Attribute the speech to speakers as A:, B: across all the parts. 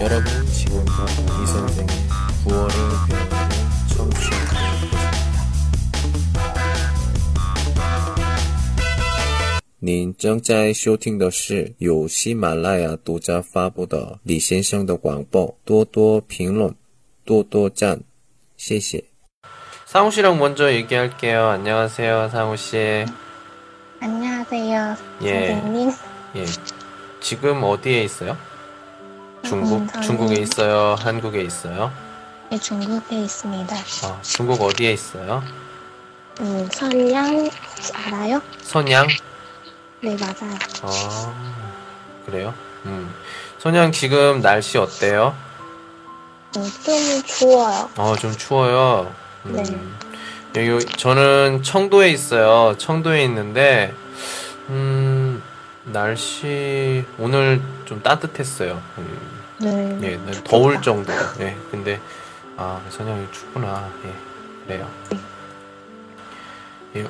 A: 여러분 지금 이 선생의 9월의 배움을 청취하고您正在收听的是由喜马拉雅独家发布的李先生的广播，多多评论，多多赞，谢谢。
B: 상우 씨랑 먼저 얘기할게요. 안녕하세요, 상우 씨.
C: 안녕하세요,
B: 예.
C: 선생님.
B: 예. 지금 어디에 있어요? 중국?
C: 음, 저는-
B: 중국에 있어요? 한국에 있어요?
C: 네, 중국에 있습니다.
B: 아, 중국 어디에 있어요?
C: 음, 선양 혹시 알아요?
B: 선양?
C: 네, 맞아요.
B: 아, 그래요? 음. 선양 지금 날씨 어때요?
C: 음, 좀 좋아요.
B: 어, 좀 추워요. 음.
C: 네.
B: 여기 저는 청도에 있어요. 청도에 있는데 음, 날씨 오늘 좀 따뜻했어요. 음.
C: 네.
B: 예, 네,
C: 좋겠다.
B: 더울 정도. 예, 근데 아 선영이 춥구나. 예, 그래요. 예,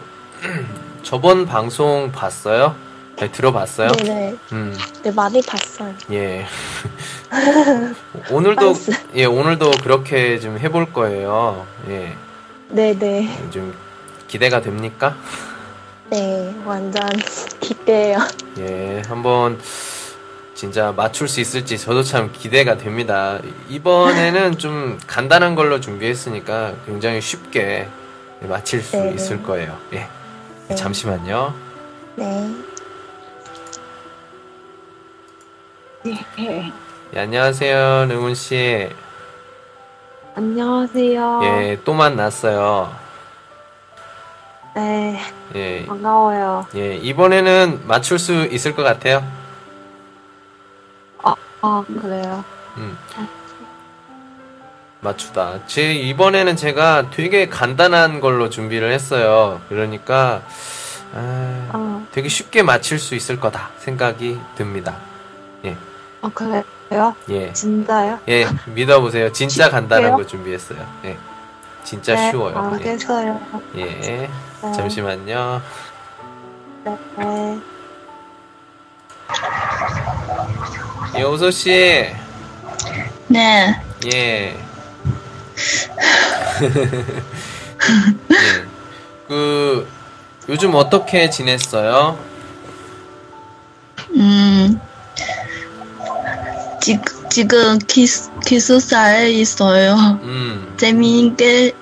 B: 저번 방송 봤어요? 네, 들어봤어요?
C: 네, 네,
B: 음,
C: 네, 많이 봤어요.
B: 예. 오늘도 예, 오늘도 그렇게 좀 해볼 거예요. 예,
C: 네, 네,
B: 좀 기대가 됩니까?
C: 네, 완전 기대요.
B: 예, 한번 진짜 맞출 수 있을지 저도 참 기대가 됩니다. 이번에는 좀 간단한 걸로 준비했으니까 굉장히 쉽게 맞힐 수
C: 네.
B: 있을 거예요. 예.
C: 네.
B: 잠시만요.
C: 네,
D: 네,
B: 예, 안녕하세요, 능훈 씨.
D: 안녕하세요.
C: 어.
B: 예, 또 만났어요.
D: 네,
B: 예.
D: 반가워요.
B: 예, 이번에는 맞출 수 있을 것 같아요.
D: 아, 그래요.
B: 음. 맞추다. 제 이번에는 제가 되게 간단한 걸로 준비를 했어요. 그러니까 아,
D: 아,
B: 되게 쉽게 맞힐 수 있을 거다 생각이 듭니다.
D: 아 그래요?
B: 예.
D: 진짜요?
B: 예, 믿어보세요. 진짜 간단한
D: 쉽게요?
B: 거 준비했어요. 예. 진짜
D: 네,
B: 쉬워요. 예.
D: 알겠어요.
B: 예.
D: 네,
B: 잠시만요.
D: 네.
B: 예, 오소씨.
E: 네,
B: 예. 예. 그, 요즘 어떻게 지냈어요?
E: 음, 지, 지금 기숙, 기숙사에 있어요.
B: 음.
E: 네. 재미있게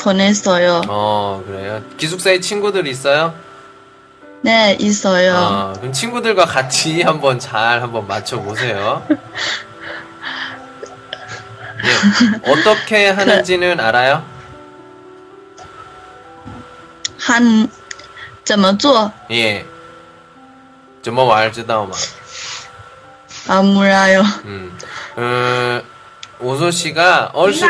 E: 보냈어요.
B: 어, 그래요. 기숙사에 친구들 있어요?
E: 네, 있어요.
B: 어, 그럼 친구들과 같이 한번 잘 한번 맞춰보세요. 예. 어떻게 하는지는 알아요?
E: 한, 怎么做?
B: 예. 뭐怎么玩知道吗?
E: 아, 몰라요.
B: 음. 어, 오소 씨가 얼씨,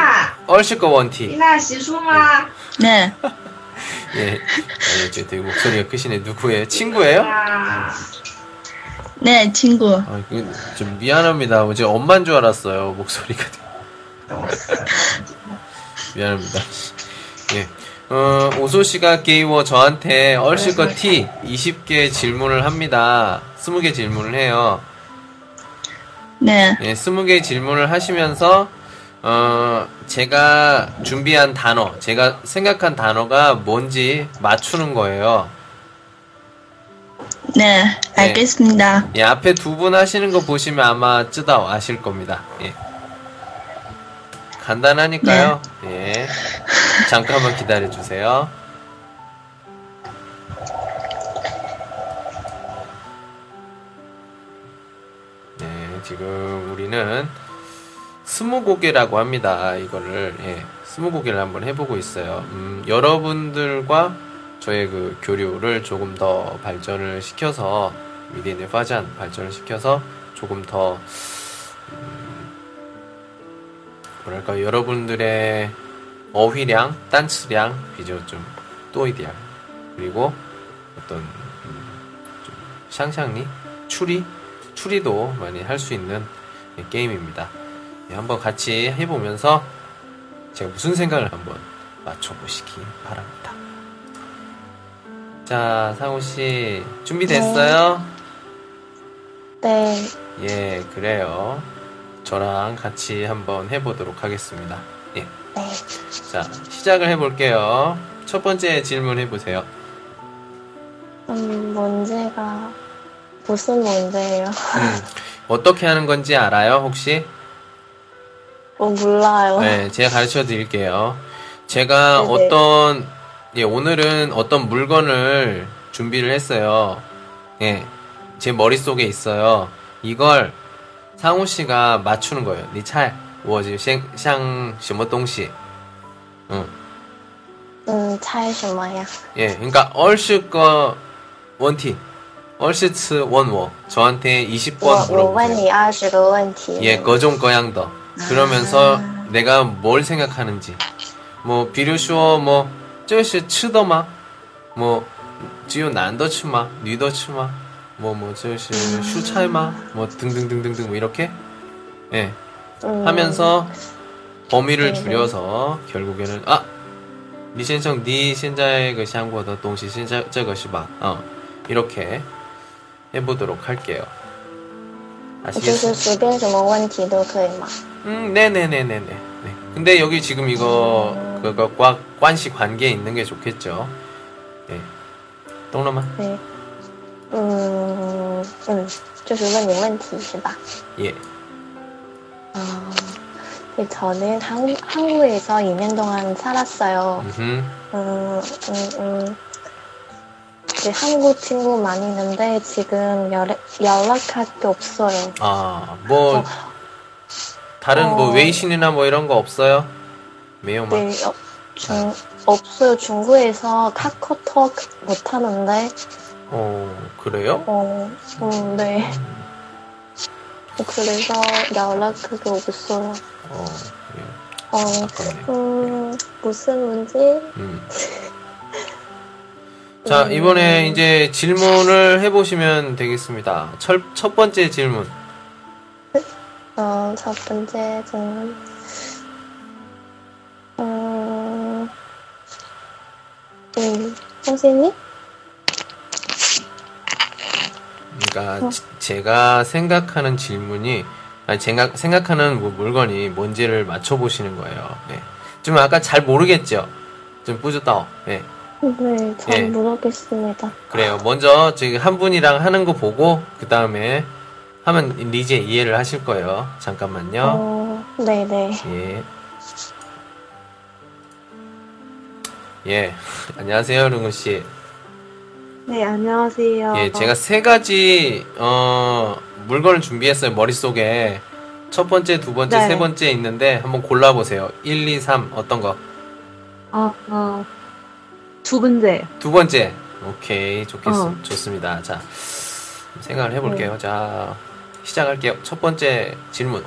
B: 얼씨 거 원티.
D: 娜洗漱吗？
E: 네,
B: 예. 아니, 저 되게 목소리가 크시네. 누구예요? 친구예요?
F: 아.
D: 啊，
E: 네, 친구.
B: 아, 그, 좀 미안합니다. 어제 엄마인 줄 알았어요. 목소리가. 미안합니다. 예. 어, 오소 씨가 게이워 저한테 얼씨거 T 20개 질문을 합니다. 20개 질문을 해요.
E: 네,
B: 예, 20개 질문을 하시면서 어, 제가 준비한 단어, 제가 생각한 단어가 뭔지 맞추는 거예요.
E: 네, 알겠습니다.
B: 예, 앞에 두 분 하시는 거 보시면 아마 쯔다오 아실 겁니다. 예. 간단하니까요. 예. 잠깐만 기다려 주세요. 네, 지금 우리는 스무고개라고 합니다. 이거를 예, 스무고개를 한번 해보고 있어요. 음, 여러분들과 저의 그 교류를 조금 더 발전을 시켜서 미디네 파잔 발전을 시켜서 조금 더 음, 뭐랄까 여러분들의 어휘량, 단츠량, 비교 좀 또이디양 그리고 어떤 음, 좀 상상리, 추리, 추리도 많이 할 수 있는 예, 게임입니다. 예, 한번 같이 해보면서 제가 무슨 생각을 한번 맞춰보시기 바랍니다. 자, 상우 씨 준비됐어요?
C: 네,
B: 예, 그래요. 저랑 같이 한번 해보도록 하겠습니다. 예.
C: 네.
B: 자, 시작을 해볼게요. 첫 번째 질문 해보세요.
C: 음, 문제가 무슨 문제예요?
B: 음, 어떻게 하는 건지 알아요, 혹시?
C: 어, 몰라요.
B: 네, 제가 가르쳐 드릴게요. 제가
C: 네네.
B: 어떤, 예, 오늘은 어떤 물건을 준비를 했어요. 예, 제 머릿속에 있어요. 이걸 상우 씨가 맞추는 거예요. 니 찰, 워지, 샹, 샹, 뭐, 동시. 응.
C: 음, 차이 좀 마야.
B: 예, 그러니까 얼씨거 원티, 얼씨츠 원워 저한테 20번
C: 我我问
B: 뭐 물어보세요.
C: 你二十个问题。
B: 예, 거종 거양 더. 그러면서 내가 뭘 생각하는지. 뭐 비료쇼 뭐 저시 치더마. 뭐 지요 난더 치마, 니더 치마. 뭐뭐 저시 슈차이마. 뭐 등등등등등 뭐 이렇게. 예.
C: 음,
B: 하면서 범위를
C: 네네.
B: 줄여서 결국에는 아 리신청 니 신자의 것이 한국어다 동시 신자 저 것이 막어 이렇게 해보도록 할게요.
C: 就
B: 아시겠어요?
C: 是随便什么问题都可以吗？
B: 음 네네네네네. 네. 근데 여기 지금 이거 그것과 관시 관계 있는 게 좋겠죠. 네. 동남아
C: 对，嗯嗯，就是问你问题是吧？
B: 예.
C: 아, 네, 저는 한, 한국에서 2년 동안 살았어요.
B: 음.
C: 음, 음, 음. 이제 한국 친구 많이 있는데 지금 연락, 연락할 게 없어요.
B: 아뭐 다른 뭐
C: 어.
B: 웨이신이나 뭐 이런 거 없어요? 매우만.
C: 네, 어, 중, 없어요. 중국에서 카카오톡 못 하는데,
B: 어 그래요?
C: 어, 음, 네. 그래서 연락할 게 없어요.
B: 어 그래요.
C: 어,
B: 아깝네.
C: 음, 무슨 문제?
B: 음. 자 이번에
C: 음,
B: 이제 질문을 해보시면 되겠습니다. 첫, 첫 번째 질문.
C: 어, 첫 번째 질문. 음, 음, 선생님?
B: 그러니까
C: 어.
B: 지- 제가 생각하는 질문이 아니, 생각 생각하는 뭐 물건이 뭔지를 맞춰 보시는 거예요. 네. 좀 아까 잘 모르겠죠. 좀 뿌듯하오. 네.
C: 네, 잘
B: 예.
C: 모르겠습니다.
B: 그래요. 먼저 지금 한 분이랑 하는 거 보고 그 다음에 하면 이제 이해를 하실 거예요. 잠깐만요.
C: 어, 네네.
B: 예. 예. 안녕하세요, 룽은 씨.
D: 네, 안녕하세요.
B: 예, 제가 세 가지 어, 물건을 준비했어요. 머릿속에 첫 번째, 두 번째,
D: 네.
B: 세 번째 있는데 한번 골라 보세요. 1, 2, 3 어떤 거?
D: 아, 아, 두 번째.
B: 두 번째. 오케이. 좋겠
D: 어. 네.
B: 좋습니다. 자. 생각을 해 볼게요. 자. 시작할게요. 첫 번째 질문.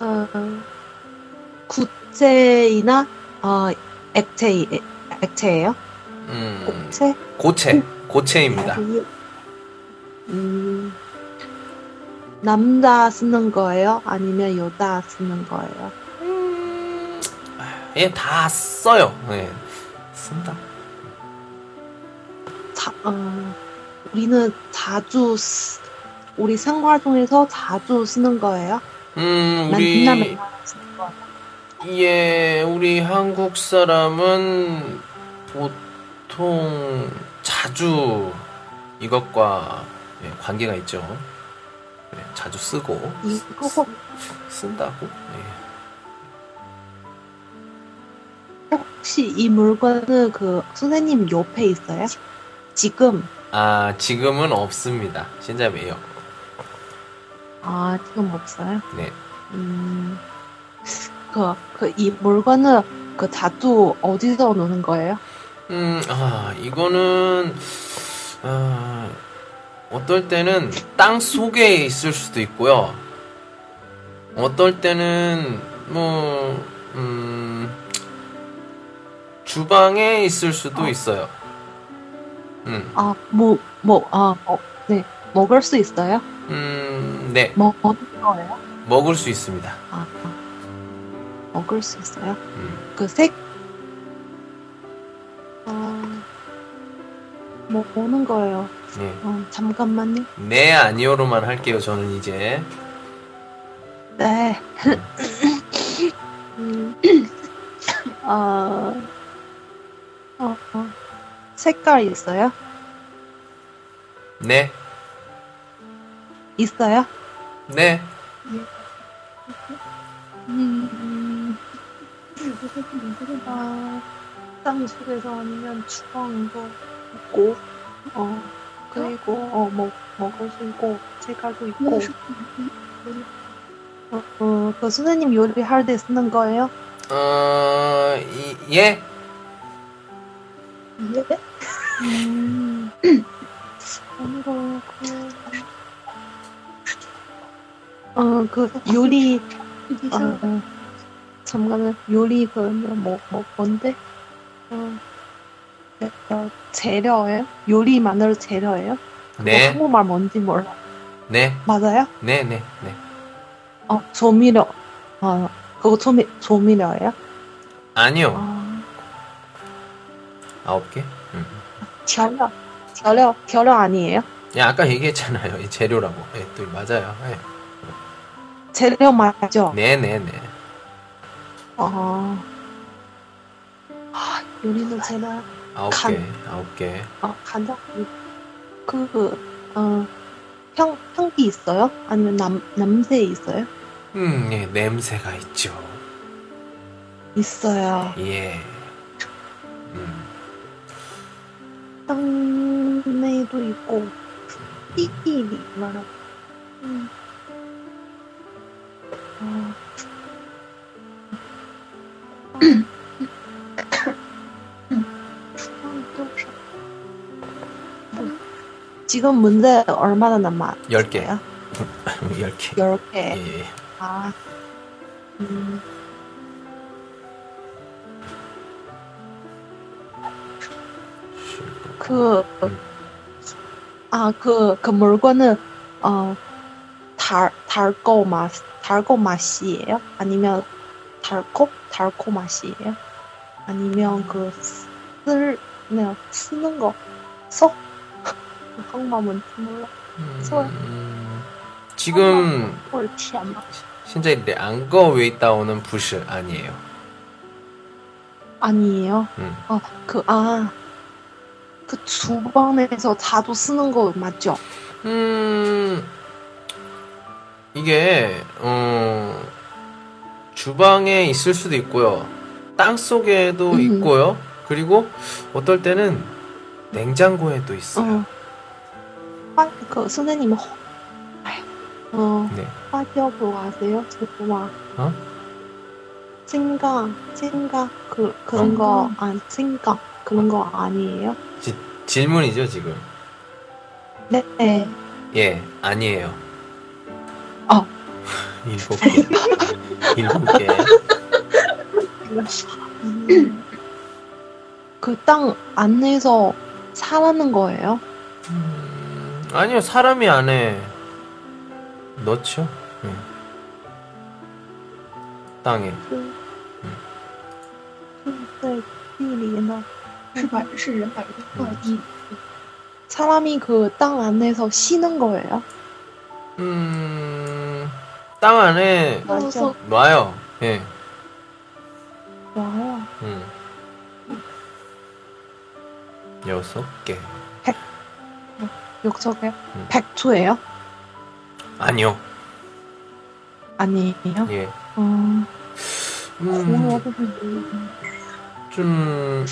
D: 어, 구체이나 어, 액체 액체예요?
B: 음.
D: 액체?
B: 고체. 고체입니다.
D: 음, 남자 쓰는 거예요? 아니면 여자 쓰는 거예요?
B: 예, 다 써요. 예. 쓴다.
D: 자, 어, 우리는 자주 쓰, 우리 생활 중에서 자주 쓰는 거예요?
B: 음, 우리
D: 맨날 맨날 쓰는 거예요?
B: 예, 우리 한국 사람은 보통 자주 이것과 예, 관계가 있죠. 예, 자주 쓰고
D: 이거
B: 쓴다고. 예.
D: 혹시 이 물건은 그 선생님 옆에 있어요? 지금
B: 아, 지금은 없습니다. 신자매요.
D: 아 지금 없어요?
B: 네.
D: 음, 그그 이 물건은 그 자주 어디서 노는 거예요?
B: 음, 아, 이거는 아, 어떨 때는 땅 속에 있을 수도 있고요. 어떨 때는 뭐 음, 주방에 있을 수도 있어요. 음,
D: 아, 뭐, 아뭐뭐아네 먹을 수 있어요?
B: 음, 네,
D: 먹는 거예요?
B: 먹을 수 있습니다.
D: 아, 아 먹을 수 있어요?
B: 음,
D: 그색 어, 뭐 먹는 거예요?
B: 네,
D: 어, 잠깐만요.
B: 네 아니오로만 할게요. 저는 이제
D: 네. 음, 어, 어, 어. 색깔 있어요?
B: 네,
D: 있어요?
B: 네.
D: 음, 아, 땅 속에서 아니면 주방 이거 먹고, 어, 그리고, 어, 먹, 먹을 수 있고, 책하고 있고. 어, 어, 그 수녀님 요리할 때 쓰는 거예요?
B: 어, 이, 예,
D: 예. 음, 아니고, 그, 어, 그 요리, 아, 어, 잠깐만 요리 그러면 뭐, 뭐 뭔데? 어, 네, 어, 재료예요? 요리 만들 재료예요? 뭐
B: 네,
D: 한국말 뭔지 몰라.
B: 네,
D: 맞아요?
B: 네, 네, 네.
D: 어, 조미료. 어, 그거 조미 조미료예요?
B: 아니요,
D: 아,
B: 아홉 개. 음.
D: 재료, 재료, 재료 아니에요?
B: 야, 아까 얘기했잖아요. 이 재료라고. 예, 또 맞아요. 예.
D: 재료 맞죠?
B: 네, 네, 네.
D: 어. 아, 요리는 재료.
B: 아홉
D: 간.
B: 개, 아홉 개.
D: 아, 간장. 그, 그, 어, 향, 향기 있어요? 아니면 남, 냄새 있어요?
B: 음, 예, 냄새가 있죠.
D: 있어요.
B: 예. 음,
D: 땅에도 있고, 띠끼리 말아. 음. 어. 지금 문제 얼마나 남았어요?
B: 열 개. 열 개.
D: 10개.
B: 예.
D: 아, 음. 그, 아, 그, 그 물건은, 어, 달, 달고 맛, 달고 맛이에요? 아니면 달고? 달고 맛이에요? 아니면 그, 쓸, 그냥 쓰는 거, 써? 한국말 뭔지 몰라.
B: 음,
D: 소원.
B: 지금
D: 옳지, 안 맞.
B: 현재 랑거 웨이다오는 부시 아니에요.
D: 아니에요.
B: 음.
D: 어, 그, 아, 그 주방에서 자주 쓰는 거 맞죠?
B: 음, 이게 어, 주방에 있을 수도 있고요, 땅 속에도
D: 음.
B: 있고요, 그리고 어떨 때는 냉장고에도 있어요.
D: 어. 화, 그, 선생님, 허, 아휴, 어,
B: 네.
D: 화기업으로 가세요? 저구마.
B: 어?
D: 생강, 생강, 그, 그런
B: 어.
D: 거, 안, 생강, 그런 거 아니에요?
B: 질문이죠 지금?
D: 네. 네.
B: 예, 아니에요.
D: 어.
B: 일곱 개. 일곱 개.
D: 음. 그 땅 안에서 사라는 거예요?
B: 음, 아니요, 사람이 안 해. 넣죠. 예. 땅에.
D: 네, 비밀이나.
E: 是把是人把这个
B: 음.
D: 어.
E: 画地
D: 사람이 그 땅 안에서 쉬는 거예요?
B: 음, 땅 안에
D: 맞아.
B: 놔요. 예.
D: 와요.
B: 음. 여섯 개.
D: 욕적에
B: 음.
D: 백투예요?
B: 아니요.
D: 아니에요?
B: 예.
D: 어,
B: 음,
D: 공유하고 싶은데.
B: 좀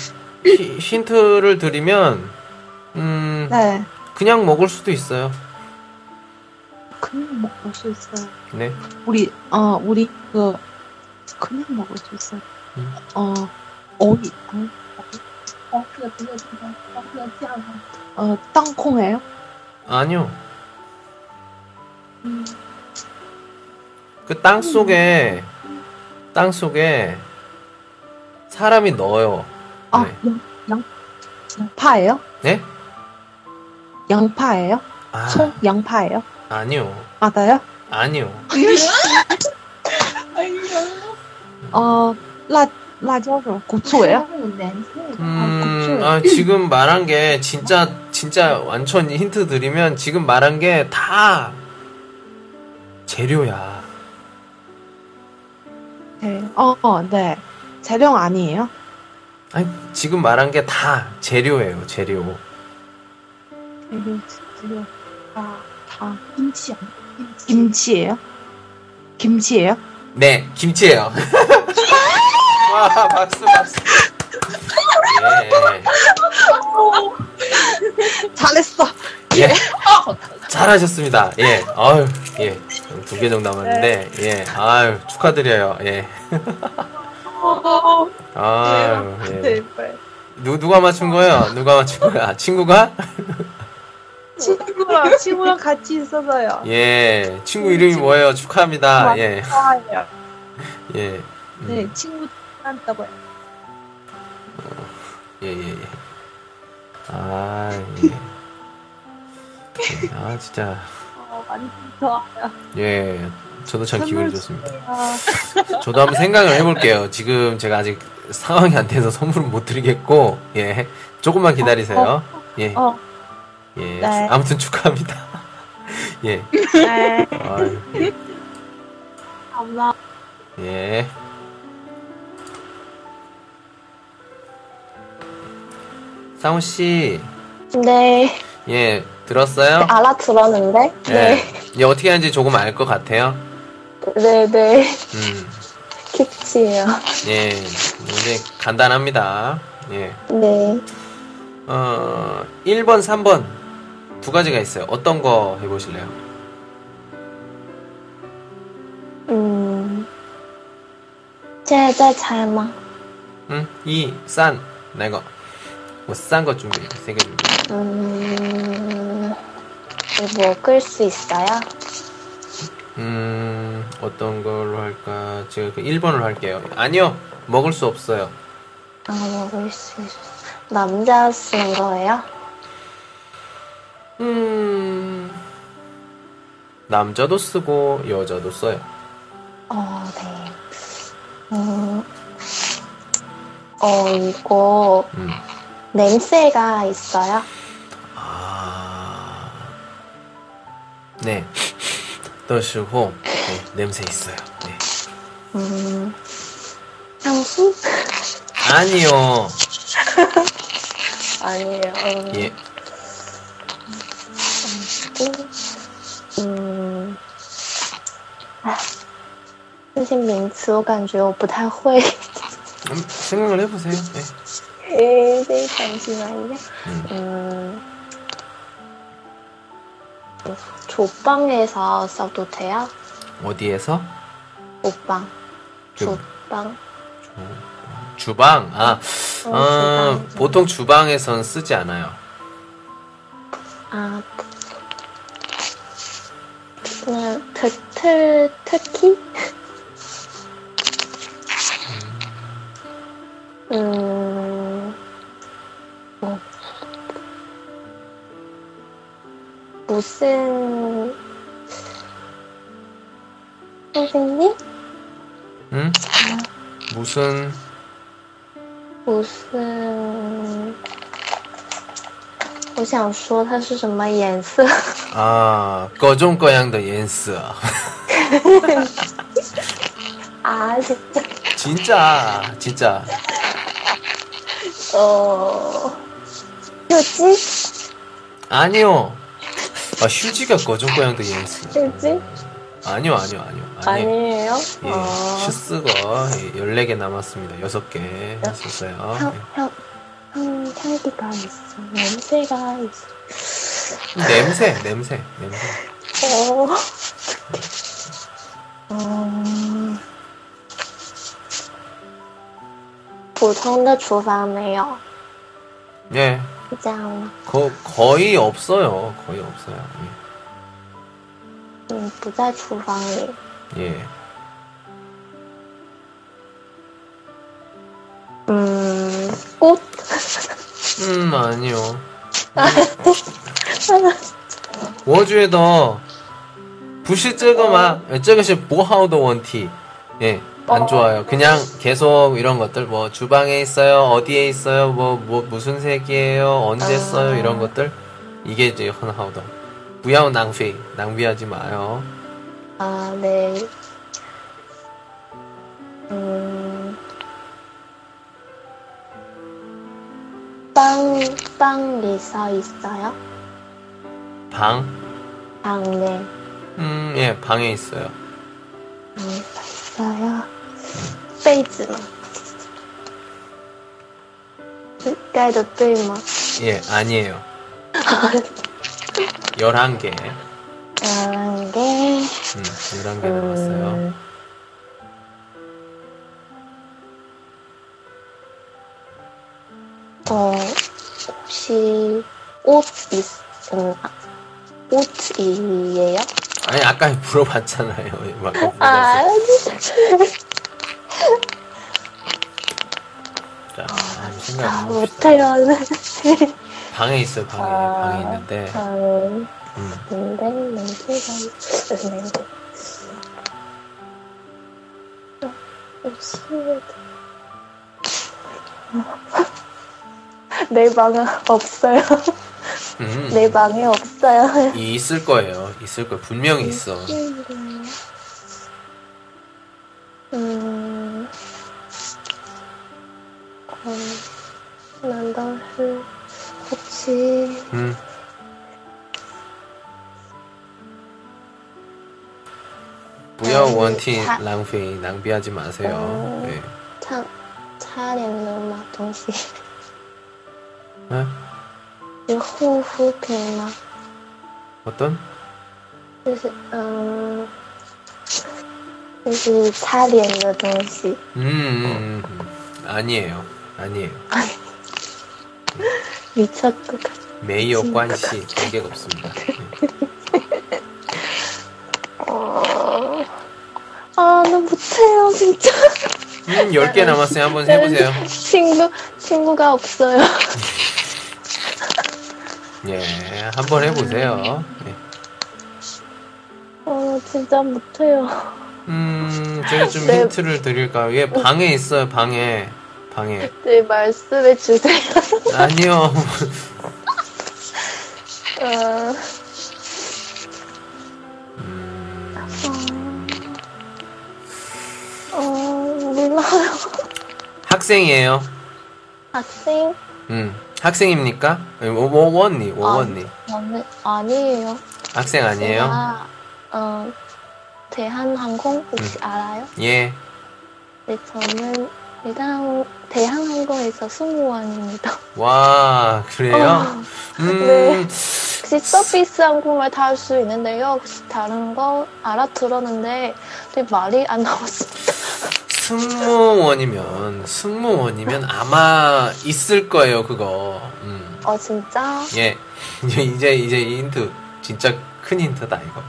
B: 히- 힌트를 드리면, 음,
D: 네,
B: 그냥 먹을 수도 있어요.
D: 그냥 먹을 수 있어요.
B: 네.
D: 우리, 어, 우리 그 그냥 먹을 수 있어요.
B: 음.
D: 어, 어디? 어,
E: 黄色的这个地方，黄色的架上。
D: 어, 땅콩이에요?
B: 아니요. 그 땅 속에 땅 속에 사람이 넣어요.
D: 아,
B: 네.
D: 양, 양, 양파예요?
B: 네?
D: 양파예요?
B: 아,
D: 송 양파예요?
B: 아니요.
D: 맞아요?
B: 아니요.
E: 哎呀，
B: 음.
D: 어, 라, 라지오죠? 고추예요?
E: 还有难受。
B: 음, 아, 지금 말한 게 진짜 진짜 완전 힌트 드리면 지금 말한 게 다 재료야.
D: 네. 어, 어, 네. 재령 아니에요?
B: 아니 지금 말한 게 다 재료예요 재료
D: 재령, 재령. 아, 다.
E: 김치 안
D: 김치예요? 김치예요?
B: 네 김치예요 와 박수 박수
D: 잘했어.
B: 예, 예. 잘하셨습니다 예 아유 예두 개 정도 남았는데 예 아유 축하드려요 예
D: 어, 네,
B: 아유 예.
D: 제발.
B: 누, 누가 맞춘 거예요 누가 맞춘 거야 아, 친구가
D: 친구랑, 친구랑 같이 있어서요.
B: 예 친구 이름이 뭐예요 음. 축하합니다
D: 좋아해요.
B: 예예
D: 네, 친구 닮았다고요.
B: 예예예. 아, 예. 아 진짜.
D: 어, 많이 좋아.
B: 예. 저도 참 기분이 좋습니다. 저도 한번 생각을 해볼게요. 지금 제가 아직 상황이 안 돼서 선물은 못 드리겠고, 예. 조금만 기다리세요. 예.
D: 어.
B: 예.
D: 네.
B: 아무튼 축하합니다. 예.
D: 네.
B: 아유,
D: 감사합니다.
B: 예. 상우 씨,
C: 네,
B: 예, 들었어요?
C: 알아들었는데?
B: 예.
C: 네,
B: 이제 어떻게 하는지 조금 알 것 같아요.
C: 네, 네.
B: 음,
C: 킥치예요.
B: 예. 이제 간단합니다. 예.
C: 네.
B: 어, 1번, 3번. 두 가지가 있어요. 어떤 거 해보실래요?
C: 음. 现在在猜吗？
B: 응? 이, 싼, 나 이거. 뭐, 싼 거 준비해. 세개 준비해.
C: 음. 이거 끌 수 있어요?
B: 음, 어떤 걸로 할까? 제가 그 1번으로 할게요. 아니요! 먹을 수 없어요.
C: 아, 먹을 수 있어. 남자 쓰는 거예요?
B: 음, 남자도 쓰고, 여자도 써요.
C: 어, 네. 음. 어, 이거
B: 음.
C: 냄새가 있어요?
B: 아. 네. 떠시고 네, 냄새 있어요. 네.
C: 음. 향수?
B: 아니요.
C: 아니에요. 음.
B: 예.
C: 嗯，哎，这些名词我感觉我不太会，
B: 음, 생각을 해보세요. 네.
C: 诶，这一场进来一样。
B: 음.
C: 음, 조방에서 써도 돼요?
B: 어디에서?
C: 오방,
B: 주,
C: 조방.
B: 주방. 아,
C: 어,
B: 어,
C: 주방.
B: 보통 주방에선 쓰지 않아요.
C: 아, 그, 그, 특, 특히? 음, 뭐, 무슨, 선생님?
B: 응? 무슨
C: 무슨, 我想说它是什么颜色？
B: 아, 거종거양더 옌스.
C: 아, 진짜.
B: 진짜, 진짜.
C: 어, 뭐지?
B: 아니요. 아, 휴지가 거종거양더 옌스.
C: 휴지?
B: 아니요, 아니요, 아니요. 아니에요.
C: 아니에요?
B: 예,
C: 어,
B: 슈스가 14개 남았습니다. 6개 썼어요.
C: 향, 향, 향, 향기가 있어. 냄새가 있어.
B: 네. 냄새, 냄새, 냄새.
C: 어, 음, 보통의 주방 没有,
B: 예,
C: 这样,
B: 거, 거의 없어요. 거의 없어요.
C: 嗯不在厨房里
B: 예. 예.
C: 嗯꽃
B: 음, 아니요. 워주에도 부실적어마 저것이 보하우더 원티. 예.
C: 어.
B: 안 좋아요. 그냥 계속 이런 것들 뭐 주방에 있어요. 어디에 있어요. 뭐, 뭐 무슨 색이에요. 언제
C: 아.
B: 써요. 이런 것들. 이게 이제 헌하우더. 부야우 낭비. 낭비하지 마요.
C: 아, 네. 음, 빵, 빵 리사 있어요?
B: 방?
C: 방, 네.
B: 음, 예, 방에 있어요.
C: 방 있어요. 페이지만. ガイドペイマン。
B: 예, 아니에요. 11개.
C: 11개.
B: 음, 11개 남았어요.
C: 어, 혹시 옷 있, 음, 아, 옷이에요?
B: 아니, 아까 물어봤잖아요. 막
C: 아,
B: 물어봤어요. 자, 한번
C: 아,
B: 생각 좀 해봅시다.
C: 못해요.
B: 방에 있어요, 방에.
C: 아.
B: 방에 있는데.
C: 음,
B: 음.
C: 근데 냄새가 냄새. 아, 내 방은 없어요.
B: 음.
C: 내 방에 없어요.
B: 이 있을 거예요. 있을 거예요.
C: 네.
B: 분명히 있어.
C: 음, 어, 난다, 그, 혹시,
B: 음. 부여
C: 음,
B: 원티
C: 다-
B: 낭비 낭비하지 마세요.
C: 음.
B: 네.
C: 차, 차량은 막, 동시,
B: 네?
C: 호후 그냥 막,
B: 어떤?
C: 就是嗯，就是擦脸的东西。
B: 음, 음, 음. 아니에요. 아니에요.
C: 미쳤고
B: 메이어 관시 관계가 없습니다. 네.
C: 어... 아나 못해요 진짜
B: 음, 10개 남았어요. 한번 해보세요.
C: 친구 친구가 없어요
B: 예, 한번 해보세요. 예.
C: 어 진짜 못해요
B: 음, 제가 좀
C: 네.
B: 힌트를 드릴까요? 예, 방에 있어요. 방에. 방에.
C: 네 말씀해 주세요
B: 아니요.
C: 어,
B: 음,
C: 어 몰라요
B: 학생이에요.
C: 학생
B: 음, 학생입니까? 아니, 워- 워- 원니, 워-
C: 아.
B: 원니.
C: 저는 아니에요
B: 학생 아니에요?
C: 제가, 어 대한항공 혹시 알아요?
B: 예.
C: 네 저는 대한 대한항공에서 승무원입니다 어.
B: 와, 그래요?
C: 네.
B: 음,
C: 혹시 서비스 한국말 다 할 수 있는데요. 혹시 다른 거 알아들었는데 근데 말이 안 나왔어요.
B: 승무원이면, 승무원이면 아마 있을 거예요, 그거. 음,
C: 어 진짜?
B: 예. 이제, 이제, 이제 이 힌트. 진짜 큰 힌트다, 이거.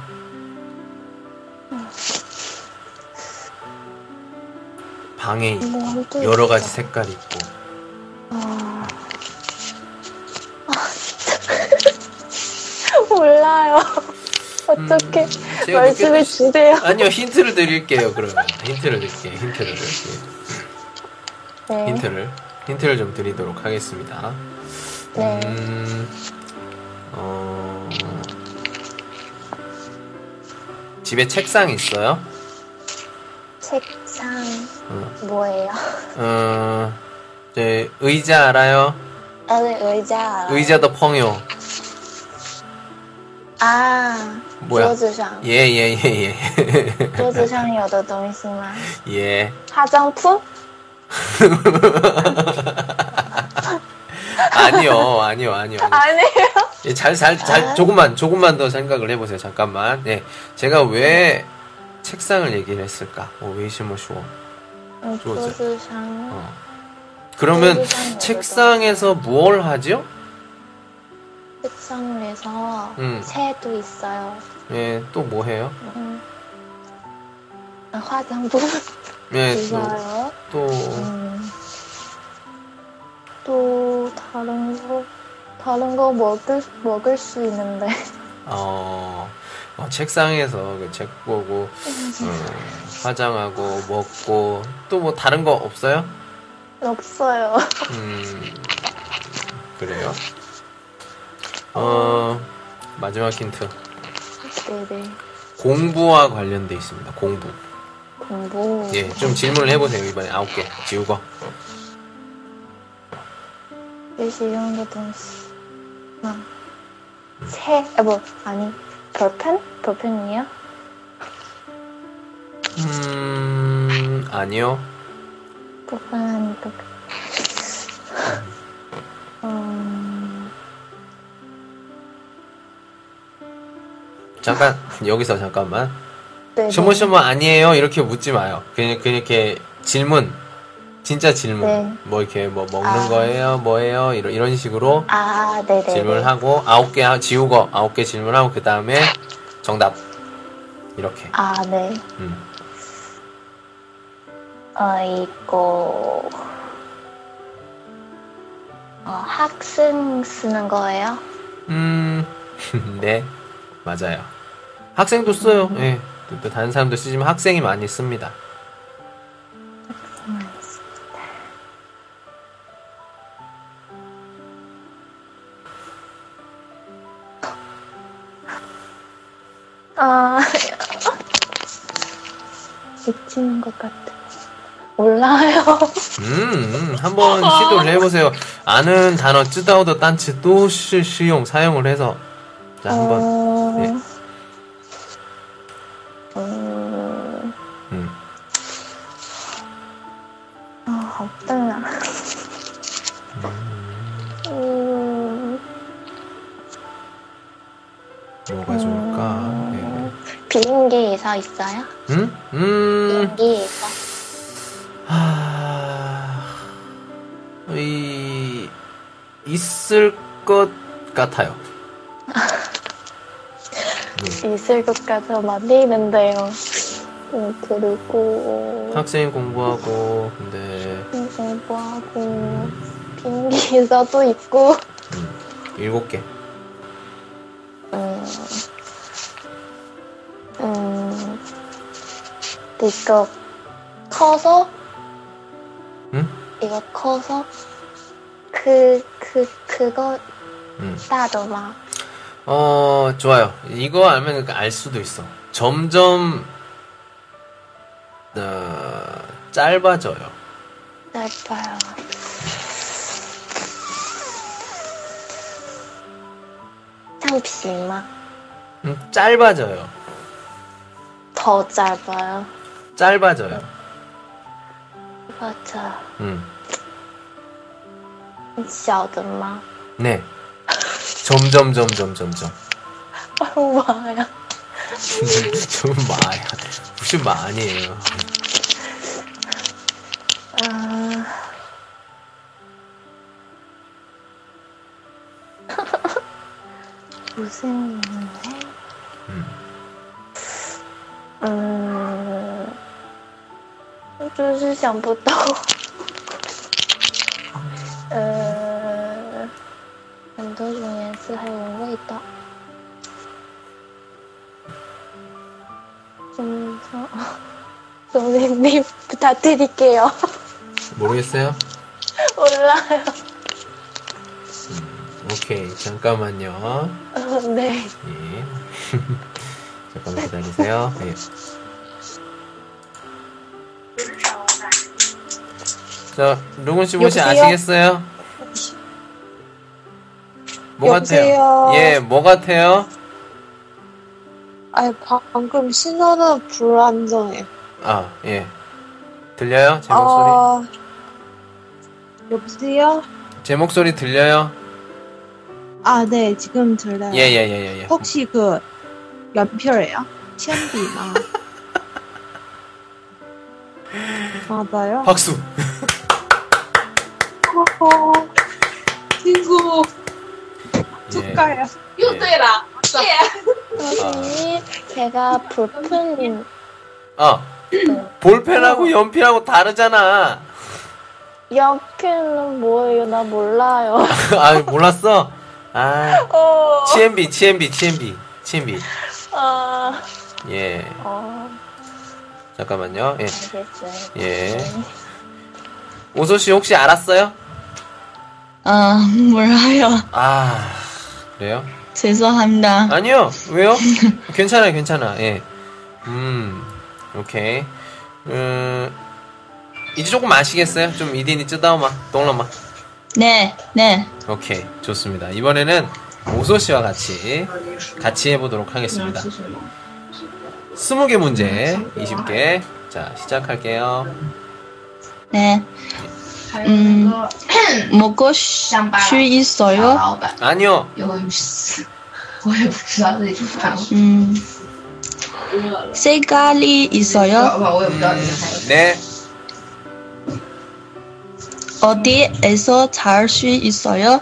B: 방에 있고,
C: 뭔데?
B: 여러 가지 색깔 있고.
C: 뭐 아, 아, 진짜 몰라요. 어떻게
B: 음. 제가
C: 말씀해
B: 느꼈-
C: 주세요.
B: 아니요 힌트를 드릴게요 그러면 힌트를 드릴게요 힌트를 예,
C: 네.
B: 힌트를 힌트를 좀 드리도록 하겠습니다
C: 네.
B: 음, 어, 집에 책상 있어요?
C: 책상
B: 음.
C: 뭐예요?
B: 어, 제 의자 알아요?
C: 아, 네, 의자.
B: 의자도 펑요
C: 아,
B: 뭐야?
C: 桌子上,
B: 예예예예 예,
C: 桌子上有的东西吗?
B: 예. 예.
C: 화장품?
B: 아니요 아니요 아니요 아니요.
C: 아니에요.
B: 예, 잘, 잘, 잘, 조금만, 조금만 더 생각을 해보세요. 잠깐만. 예. 제가 왜 책상을 얘기를 했을까? 어, 웨이시모쇼.
C: 음,
B: 桌子.
C: 桌子上.
B: 어. 그러면
C: 책상이라도.
B: 책상에서 뭘 하죠?
C: 책상에서
B: 음.
C: 새도 있어요.
B: 예, 또 뭐 해요?
C: 음. 아, 화장품
B: 예, 또,
C: 있어요.
B: 또,
C: 음. 또 다른 거 다른 거 먹을 먹을 수 있는데
B: 어, 어, 책상에서 그책 보고, 음, 화장하고, 먹고, 또 뭐 다른 거 없어요?
C: 없어요.
B: 음, 그래요? 어, 마지막 힌트.
C: 네네.
B: 공부와 관련돼 있습니다. 공부.
C: 공부.
B: 예, 좀 질문을 해보세요 이번에 아홉 개 지우고.
C: 1시간고동시 아, 새, 아, 뭐, 아니, 볼펜? 볼펜이요?
B: 음 아니요.
C: 볼펜 아니고. 음,
B: 잠깐 여기서 잠깐만.
C: 네.
B: 쇼모 쇼모 아니에요 이렇게 묻지 마요. 그냥 그냥 이렇게 질문 진짜 질문
C: 네.
B: 뭐 이렇게 뭐 먹는
C: 아.
B: 거예요 뭐예요 이런 이런 식으로
C: 아, 네네.
B: 질문을 하고 아홉 개 하- 지우고 아홉 개 질문하고 그 다음에 정답 이렇게.
C: 아, 네.
B: 음.
C: 어, 어이고. 어, 학생 쓰는 거예요?
B: 음, 네 맞아요. 학생도 써요. 예. 또- 또 다른 사람도 쓰지만 학생이 많이 씁니다.
C: 음, 아, 미치는 것 같아. 몰라요.
B: 음, 한번 시도를 해보세요. 아는 단어 쯔다우더 딴츠 또 시, 시용 사용을 해서 자 한번
C: 어...
B: 예.
C: 음,
B: 음.
C: 아, 없잖아. 음,
B: 뭐가 좋을까? 예.
C: 비행기에서 있어요?
B: 음, 음,
C: 비행기에서?
B: 하, 아, 이 있을 것 같아요.
C: 있을 것 같아서 만드는데요. 음, 그리고
B: 학생 공부하고 근데
C: 학생 공부하고
B: 음.
C: 비행기에서도 있고
B: 일곱 개.
C: 음, 음, 이거 커서?
B: 응?
C: 이거 커서? 그, 그, 그거
B: 음.
C: 따로 막
B: 어 좋아요. 이거 알면 알 수도 있어. 점점 어, 짧아져요.
C: 짧아요. 잠시만.
B: 음, 짧아져요.
C: 더 짧아요.
B: 짧아져요.
C: 맞아.
B: 음,
C: 小的吗？
B: 네. 점점 점점 점점
C: 哎呦妈呀！
B: 좀 마야. 무슨 마 아니에요.
C: 嗯， 不是你嘞？
B: 음,
C: 嗯，我就是想不到。呃，很多种颜色，还有味道。嗯， 好，总经理부탁드릴게요。
B: 모르겠어요.
C: 몰라요.
B: 오케이 잠깐만요.
C: 어, 네.
B: 예. 잠깐만 기다리세요. 예. 자, 루군 씨 혹시
D: 여보세요?
B: 아시겠어요? 뭐 같아요?
D: 여보세요?
B: 예, 뭐 같아요?
D: 아니 바- 방금 신호는 불안정해.
B: 아, 예. 들려요? 제 목소리?
D: 아 여보세요?
B: 제 목소리 들려요?
D: 아 네 지금 들려요.
B: 예, 예, 예, 예, 예.
D: 혹시 그 연필이에요?铅笔吗? 맞아요?
B: 박수! 예.
D: 어허. 친구
B: 예.
D: 축하해요.
E: 又对了，耶！
C: 선생님, 제가 볼펜,
B: 아, 볼펜하고 연필하고 다르잖아.
C: 연필은 뭐예요? 나 몰라요.
B: 아, 몰랐어? 아,
C: 어,
B: 치엠비, 치엠비, 치엠비, 치엠비.
C: 어,
B: 예.
C: 어,
B: 잠깐만요. 예.
C: 알겠어요.
B: 예. 오소 씨 혹시 알았어요?
E: 어,
G: 아, 몰라요.
B: 아, 그래요? 아.
G: 죄송합니다.
B: 아니요. 왜요? 괜찮아요, 괜찮아. 예. 음, 오케이. 음, 이제 조금 아시겠어요? 좀 이딘이 쯔다오마, 동라마.
G: 네, 네.
B: 오케이, 좋습니다. 이번에는 오소 씨와 같이 같이 해보도록 하겠습니다. 네, 스무 개 문제, 20개. 자, 시작할게요.
G: 네.
F: 嗯
G: 음, 먹고 싶- 수 있어요?
F: 老板，
B: 아니요,
F: 有，我也不知道自己是哪个
G: 음, 색깔이 있어요?
F: 老板，我也不知道你是哪个。
B: 네,
G: 어디에서 잘 수 있어요?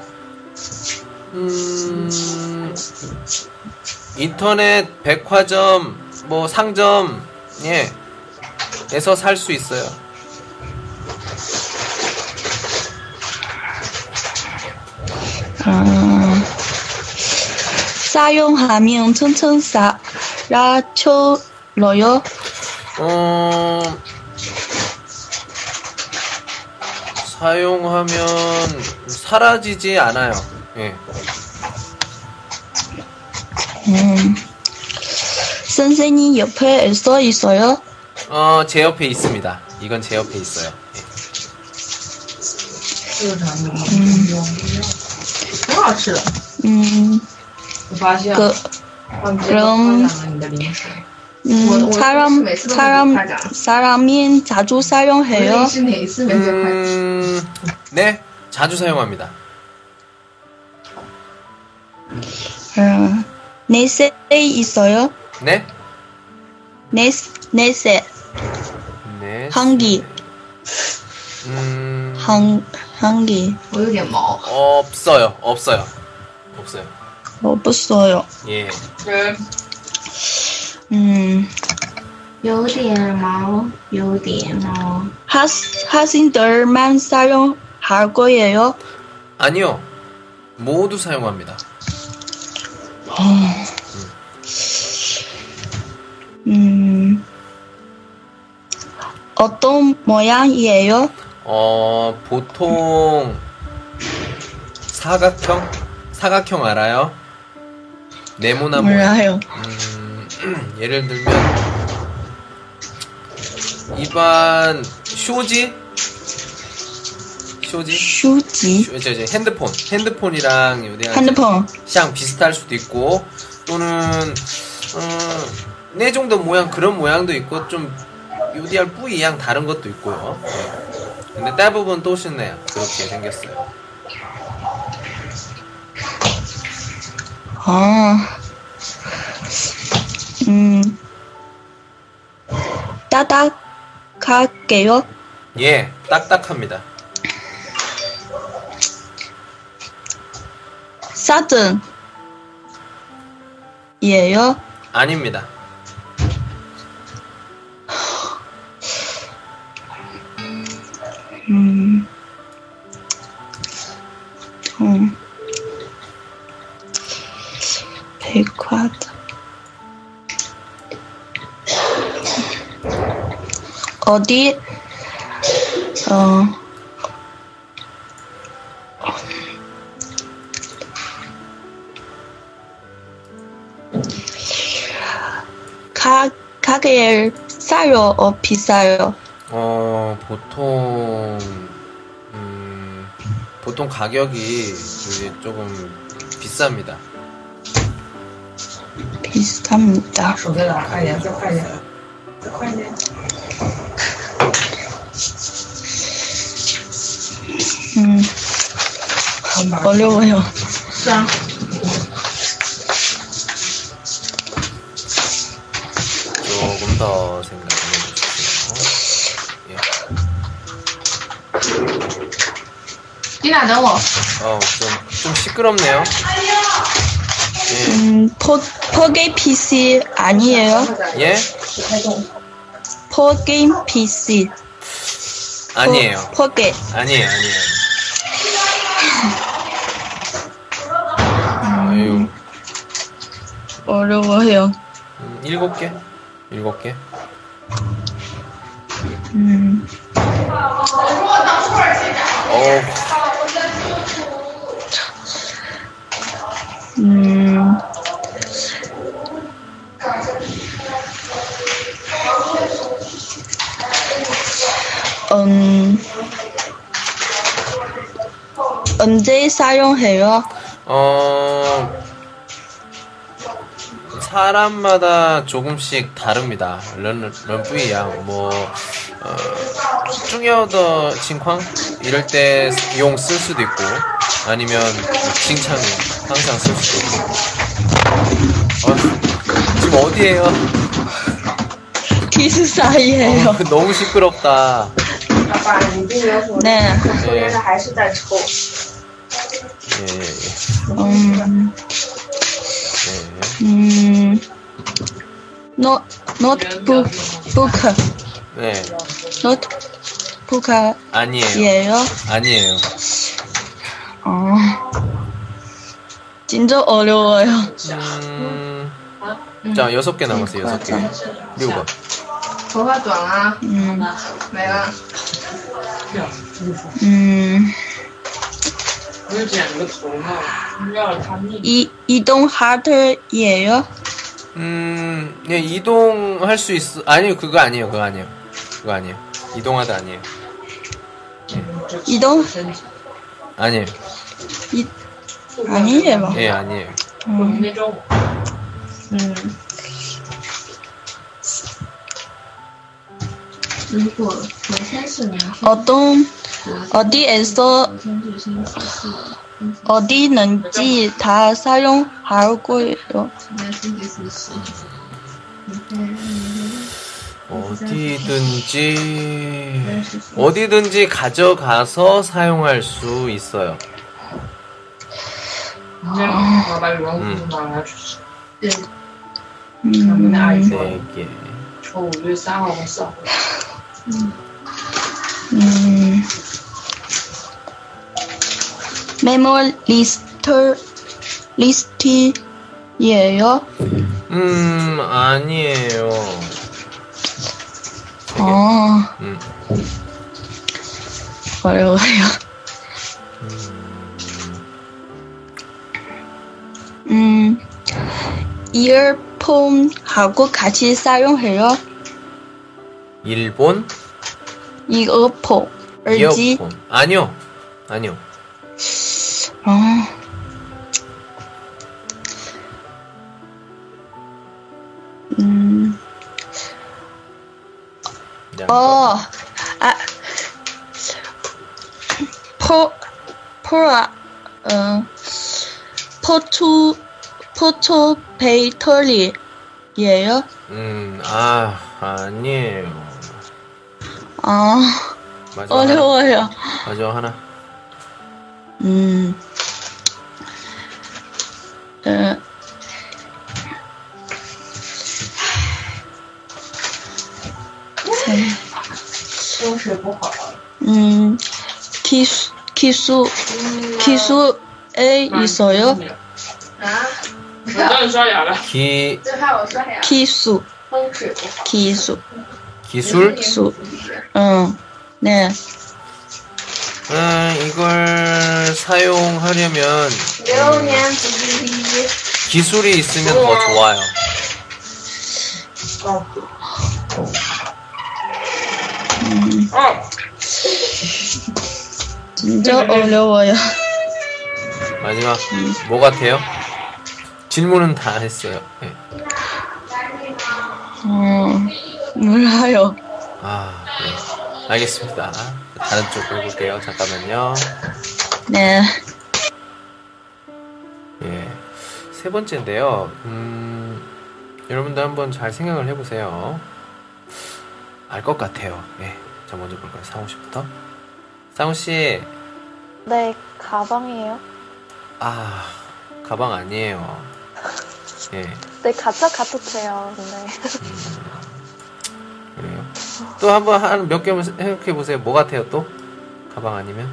B: 음, 인터넷 백화점 뭐 상점 예 에서 살 수 있어요.
G: 아, 사용하면 천천 사라쳐러요?
B: 어, 사용하면 사라지지 않아요. 예.
G: 음, 선생님 옆에서 있어요?
B: 어, 제 옆에 있습니다. 이건 제 옆에 있어요. 예.
G: 음, 그, 그럼, 음, 사람, 사람, 사람이 자주 사용해요?
F: 是哪一次没做快递？
B: 음, 네, 자주 사용합니다.
G: 음, 내세 있어요?
B: 네,
G: 내세, 내세,
B: 네,
G: 한기,
B: 음,
G: 한, 한기,
F: 我有点毛。
B: 없어요, 없어요, 없어요.
G: 없어요.
B: 예.
G: 음,
F: 有点毛，有点毛。
G: 학, 학생들만 사용할 거예요?
B: 아니요. 모두 사용합니다.
G: 음, 어떤 모양이에요?
B: 어, 보통 사각형? 사각형 알아요? 네모나 모양.
G: 몰라요.
B: 음, 예를 들면 입안 쇼지? 쇼지?
G: 휴지,
B: 쇼- 저, 저, 핸드폰. 핸드폰이랑 요대한
G: 핸드폰,
B: 랑 비슷할 수도 있고 또는 음, 내 정도 모양 그런 모양도 있고 좀 UDR 뿌이양 다른 것도 있고요. 네. 근데 대부분 또 신네요. 그렇게 생겼어요.
G: 아, 음, 따닥할게요.
B: 예, 딱딱합니다.
G: 사진, 이에요.
B: 아닙니다.
G: 음, 음, 백화점. 어디, 어, 가, 가게에 싸요, 어, 비싸요?
B: 어 보통 음, 보통 가격이 이제 조금 비쌉니다.
G: 비슷합니다.
F: 手给老师快点，再快点，再快点。
G: 음, 어려워요.
F: 是啊，
B: 조금 더 예. 생각해 주세요.
F: 你俩等我。
B: 어좀 좀 시끄럽네요. 예.
G: 음, 포, 포게임 PC 아니에요?
B: 예?
G: 포게임 PC. 포-
B: 아니에요.
G: 포게.
B: 아니에요, 아니에요. 아유,
G: 어려워요.
B: 음, 일곱 개? 일곱 개?
G: 음,
B: 어우,
G: 음. 음, 언제 사용해요?
B: 어 사람마다 조금씩 다릅니다. 런 런부이야 뭐 어, 중요하다 칭광 이럴 때 용 쓸 수도 있고 아니면 칭찬용 항상 쓸 수도 있고. 어, 지금 어디에요?
G: 키스 사이에요.
B: 어, 너무 시끄럽다.
G: 네.
B: 예. 예, 예, 예.
G: 음,
B: 예, 예.
G: 음, 노, 노트북, 북,
B: 네,
G: 노트북이에요.
B: 아니에요.
G: 예.
B: 아니에요.
G: 어, 진짜 어려워요.
B: 음, 자, 여섯 개 남았어요, 여섯 개. 리 6번.
F: 头发短啦，
G: 음,
F: 没了。
G: 음,
H: 不是剪个头发，要他们
G: 이, 이동 하드이에요?
B: 음, 예, 이동할 수 있어. 아니요, 그거 아니에요, 그거 아니에요. 그거 아니에요. 이동하다 아니에요.
G: 이동,
B: 아니에요.
G: 아니에요.
B: 예, 아니에요.
G: 음,
H: 那种
G: 음,
F: 如果昨天是明天，
G: 어떤,
F: 昨
G: 어디에서
F: 天是星期四，星期
G: 어디는지 다 사용하고 있어요.
F: 今天星期四是。
B: 어디든지, 어디든지 가져가서 사용할 수 있어요.
H: 那种头把羽绒服拿来变成我
G: 음,
H: 们阿姨说
B: 네 개.
H: 说五月三号和四号。
G: 음. 메모 리스트, 리스트이에요?
B: 음, 아니에요. 되게,
G: 어,
B: 음,
G: 어려워요. 음, 이어폰하고 같이 사용해요?
B: 일본?
G: 이어폰, 얼지?
B: 이어폰. 아니요. 아니요.
G: 어. 음.
B: 그냥 뭐,
G: 어, 아, 포, 포라, 어, 포투, 포토 베이터리예요?
B: 음, 아, 아니에요.
G: 아,
B: 맞아.
G: 어려워요.
B: 하나. 맞아, 하나.
G: 음, 어, 네.
H: 风水不好，
G: 음, 기수, 기수, 기수에 있어요?
F: 啊！
H: 我让你刷牙了。
B: 기,
F: 就怕我刷牙
G: 기수,
F: 风水不好。
G: 기수,
B: 기술?
G: 수, 응, 네.
B: 음, 이걸 사용하려면
F: 流年不是第一，
B: 기술이 있으면 더 좋아요.
H: 二
G: 진짜 어려워요.
B: 마지막, 뭐 같아요? 질문은 다 했어요. 예.
G: 어, 몰라요.
B: 아, 네. 알겠습니다. 다른 쪽 볼게요. 잠깐만요.
G: 네.
B: 예. 세 번째인데요. 음, 여러분도 한번 잘 생각을 해보세요. 알 것 같아요. 예. 자, 먼저 볼까요? 상우 씨부터. 상우 씨,
C: 네, 가방이에요.
B: 아, 가방 아니에요. 예,
C: 네, 가짜 같았어요. 근데
B: 음, 그래요. 또 한번 한 몇 개만 생각해보세요. 뭐 같아요, 또? 가방 아니면?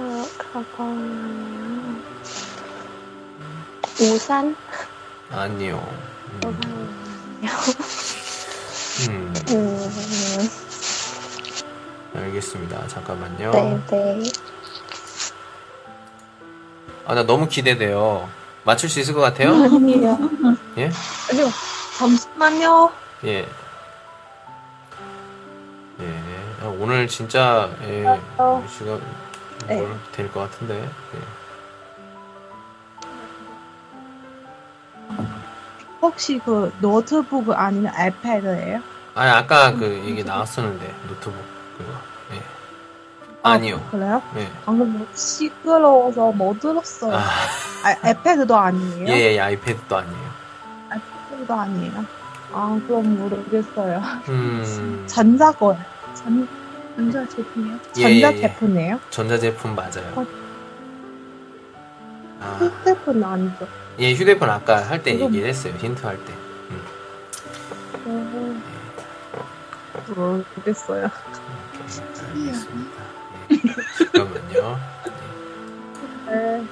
C: 어, 가방 우산?
B: 아니요. 음, 음,
C: 음,
B: 알겠습니다. 잠깐만요.
C: 네, 네.
B: 아, 나 너무 기대돼요. 맞출 수 있을 것 같아요? 예?
D: 아니요, 잠시만요.
B: 예. 예. 아, 오늘 진짜 예,
D: 어.
B: 시간
D: 네.
B: 될것 같은데. 예.
D: 혹시 그 노트북 아니면 아이패드예요?
B: 아니 아까 그
D: 음.
B: 얘기 나왔었는데 노트북 그거. 예. 아니요.
D: 그래요?
B: 예.
D: 방금 뭐 시끄러워서 못 들었어요. 아,
B: 아,
D: 아이패드도 아니에요?
B: 예, 예, 아이패드도 아니에요.
D: 아이패드도 아니에요. 아 그럼 모르겠어요.
B: 음,
D: 전자거 전
E: 남자 제품이요?
B: 예, 예, 예.
D: 전자 제품이에요?
B: 전자제품 맞아요.
D: 어.
B: 아,
D: 휴대폰 아니죠?
B: 예, 휴대폰 아까 할 때
D: 이거-
B: 얘기를 했어요. 힌트 할 때.
D: 음, 모르겠어요.
B: 이렇게 음, 알겠습니다. 예. 잠깐만요.
D: 네.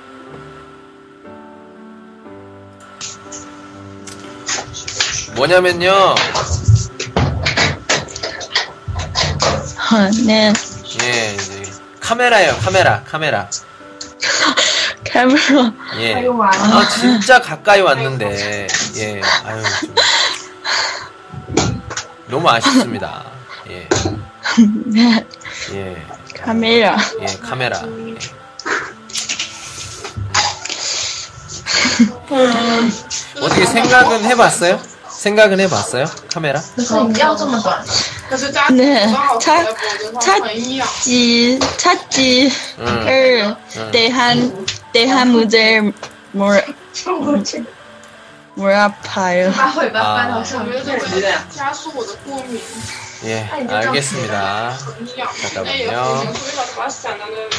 B: 뭐냐면요.
G: 하, 네.
B: 예, 이제 카메라예요. 카메라, 카메라.
G: 카메라.
B: 예.
H: 아유 와.
B: 아 진짜 가까이 왔는데 예 아유 좀 너무 아쉽습니다 예예
G: 네. 카메라.
B: 예 카메라 예. 어떻게 생각은 해봤어요 생각은 해봤어요 카메라
H: 可你不要这么短，可是家
G: 네
H: 刚好
G: 차
H: 我觉得它很营养。
G: 지, 찾지,
B: 응,
G: 을,
B: 응.
G: 대한, 대한 문제, 몰, 몰 아파요.
H: 把尾
B: 巴翻到上
H: 面，我觉得我有点加速我的过敏，
B: 예
H: 它
B: 알겠습니다
H: 很痒，那
B: 잠깐만요
H: 也不行，所以老是把它散到那里。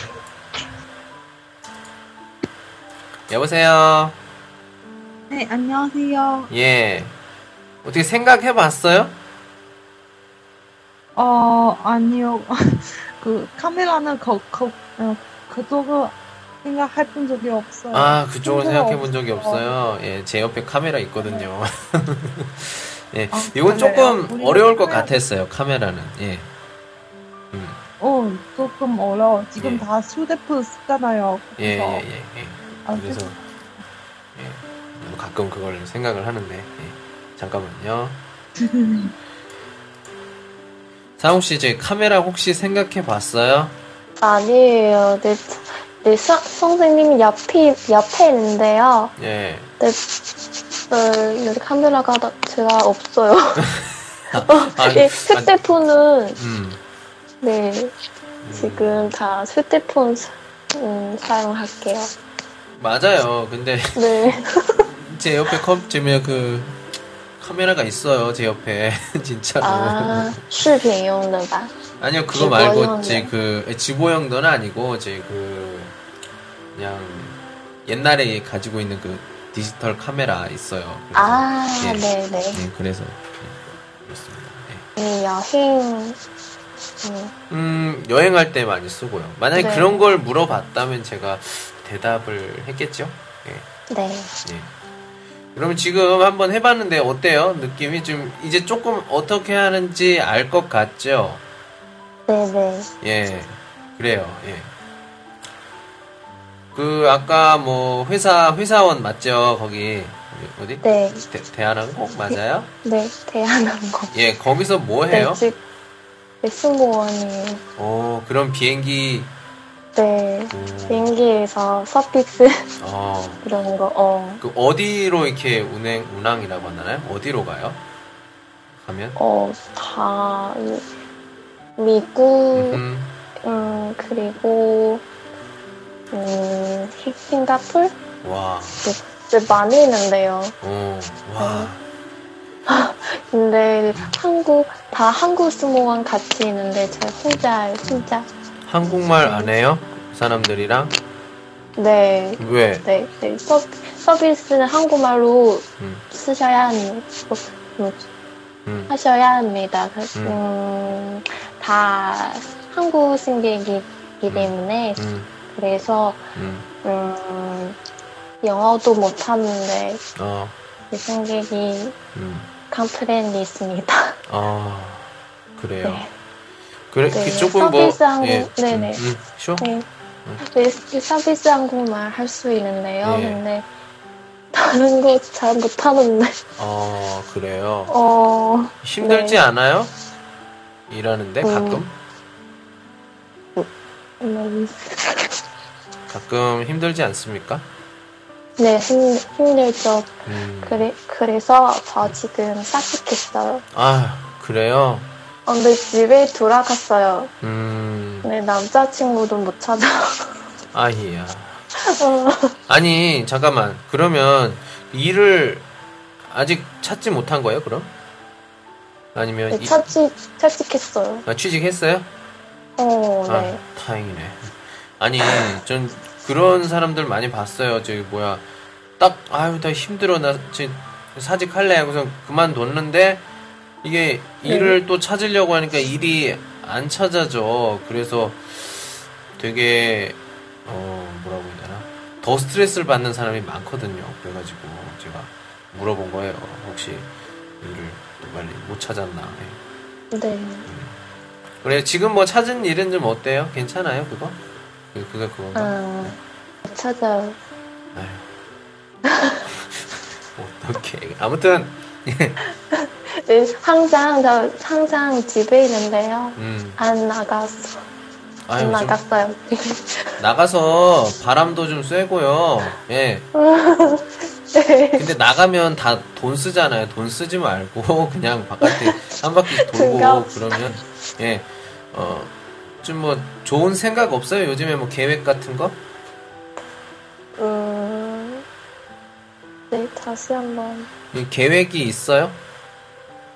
B: 여보세요
D: 네 안녕하세요.
B: 예 어떻게 생각해봤어요
D: 어 아니요 그 카메라는 거거 어, 그쪽을 생각할 본 적이 없어요.
B: 아, 그쪽으로
D: 생각
B: 생각해 본 적이 없어요. 예, 제 옆에 카메라 있거든요. 예,
D: 아,
B: 이건
D: 카메라요?
B: 조금
D: 우리
B: 어려울 것
D: 카메라.
B: 같았어요, 카메라는. 예. 음,
D: 어 조금 어려워. 지금
B: 예.
D: 다 휴대폰 쓰잖아요.
B: 예, 예,
D: 그래서
B: 예, 예.
D: 아,
B: 그래서, 예, 저도 가끔 그걸 생각을 하는데, 예. 잠깐만요. 사홍 씨, 제 카메라 혹시 생각해 봤어요?
C: 아니에요. 네, 네 수, 선생님 옆이, 옆에 있는데요.
B: 예.
C: 네, 어, 여기 카메라가 다- 제가 없어요.
B: 아,
C: 네, 휴대폰은,
B: 음,
C: 네,
B: 음.
C: 지금 다 휴대폰 사- 음, 사용할게요.
B: 맞아요. 근데
C: 네,
B: 제 옆에 컴, 제면 그 카메라가 있어요. 제 옆에 진짜로.
C: 아, 视频用的吧?
B: 아니요 그거 말고 제 그 지보형도는 아니고 제 그 그냥 옛날에 가지고 있는 그 디지털 카메라 있어요. 그래서,
C: 아,
B: 예.
C: 네네.
B: 네, 그래서 예, 그렇습니다. 예.
C: 네, 여행, 음,
B: 음 여행할 때 많이 쓰고요. 만약에
C: 네.
B: 그런 걸 물어봤다면 제가 대답을 했겠죠.
C: 네.
B: 예. 그러면 지금 한번 해봤는데 어때요? 느낌이 좀 이제 조금 어떻게 하는지 알 것 같죠?
C: 네네.
B: 예, 그래요. 예. 그 아까 뭐 회사 회사원 맞죠? 거기 어디?
C: 네,
B: 대, 대한항공 맞아요?
C: 네, 대한항공.
B: 예, 거기서 뭐
C: 네,
B: 해요?
C: 즉, 네, 승무원이에요.
B: 어, 그럼 비행기
C: 네,
B: 음,
C: 비행기에서 서피스
B: 어,
C: 이런 거, 어,
B: 그 어디로 이렇게 운행 운항이라고 하나요? 어디로 가요? 가면?
C: 어, 다, 이- 미국,
B: 음,
C: 음, 그리고, 음, 시- 싱가폴?
B: 와,
C: 네, 많이 있는데요.
B: 어, 와,
C: 근데 한국, 다 한국 승무원 같이 있는데, 저 혼자, 혼자.
B: 한국말 안 해요? 사람들이랑
C: 네,
B: 왜?
C: 네, 네. 서, 서비스는 한국말로
B: 음.
C: 쓰셔야 합니다. 음,
B: 음.
C: 하셔야 합니다. 그-
B: 음.
C: 음, 다 한국 승객이기 때문에
B: 음,
C: 그래서
B: 음,
C: 음, 영어도 못하는데
B: 어,
C: 이 승객이
B: 음.
C: 컴플레인이 있습니다.
B: 아 그래요.
C: 네.
B: 그래
C: 네,
B: 그 조금 뭐
C: 서비스하고-
B: 예,
C: 네네.
B: 음, 음, 쇼?
C: 네. 네, 이 서비스 한국말 할 수 있는데요.
B: 예.
C: 근데 다른 거 잘 못하는데
B: 어 그래요.
C: 어.
B: 힘들지
C: 네.
B: 않아요? 일하는데
C: 음.
B: 가끔
C: 네,
B: 가끔 힘들지 않습니까?
C: 네 힘, 힘들죠.
B: 음.
C: 그래, 그래서 저 지금 사직했어요.
B: 아 그래요.
C: 아, 근데 집에 돌아갔어요.
B: 음
C: 네, 남자친구도 못 찾아.
B: 아이야. 아니 잠깐만 그러면 일을 아직 찾지 못한 거예요 그럼? 아니면
C: 네,
B: 이-
C: 찾지, 찾직했어요.
B: 아, 취직했어요?
C: 어,
B: 아
C: 네.
B: 다행이네. 아니 전 그런 사람들 많이 봤어요. 저기 뭐야 딱 아유 나 힘들어 나 지금 사직할래 하고서 그만뒀는데 이게 일을 또 찾으려고 하니까 일이 안 찾아져. 그래서 되게 어 뭐라고 해야 되나 더 스트레스를 받는 사람이 많거든요. 그래가지고 제가 물어본 거예요. 혹시 일을 또 빨리 못 찾았나.
C: 네.
B: 그래 지금 뭐 찾은 일은 좀 어때요? 괜찮아요 그거? 그- 그게 그건가?
C: 아, 못 찾아요.
B: 어떻게 아무튼
C: 네, 항상 저 항상 집에 있는데요.
B: 음
C: 안 나갔어.
B: 아유
C: 안
B: 좀
C: 나갔어요.
B: 나가서 바람도 좀 쐬고요 예
C: 네.
B: 근데 나가면 다 돈 쓰잖아요 돈 쓰지 말고 그냥 바깥에 한 바퀴 돌고
C: 그런가?
B: 그러면 예. 예어좀 뭐 좋은 생각 없어요 요즘에 뭐 계획 같은 거?
C: 음. 네, 다시 한번
B: 이 계획이 있어요?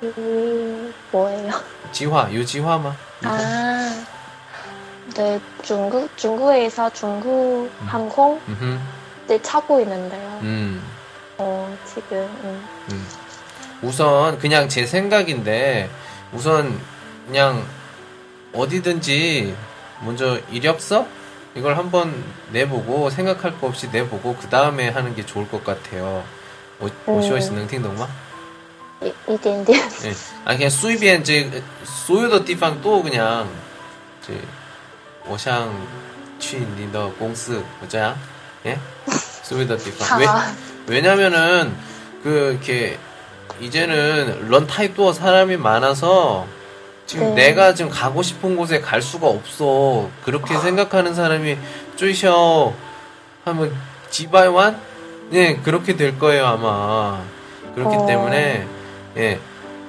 C: 이 음, 뭐예요?
B: 지화 유지화마
C: 아, 네 중국 중국에서 중국 항공
B: 음흠.
C: 네 차고 있는데요.
B: 음
C: 어 지금 음.
B: 우선 그냥 제 생각인데 우선 그냥 어디든지 먼저 이력서 이걸 한번 내보고 생각할 거 없이 내보고 그 다음에 하는 게 좋을 것 같아요. 오시오시 능팅동마?
C: 이- 이딘딘
B: 예. 아 그냥 수입엔 이제 소유도 디팡 또 그냥 이제 오샹 취니더 공스 뭐냐? 예? 소유도 디팡 왜?
C: 다
B: 왜냐면은 그 이렇게 이제는 런 타입도 사람이 많아서 지금
C: 네.
B: 내가 지금 가고 싶은 곳에 갈 수가 없어 그렇게
C: 아.
B: 생각하는 사람이 쪼이셔 하면 지바이완 예 그렇게 될 거예요 아마 그렇기
C: 어.
B: 때문에 예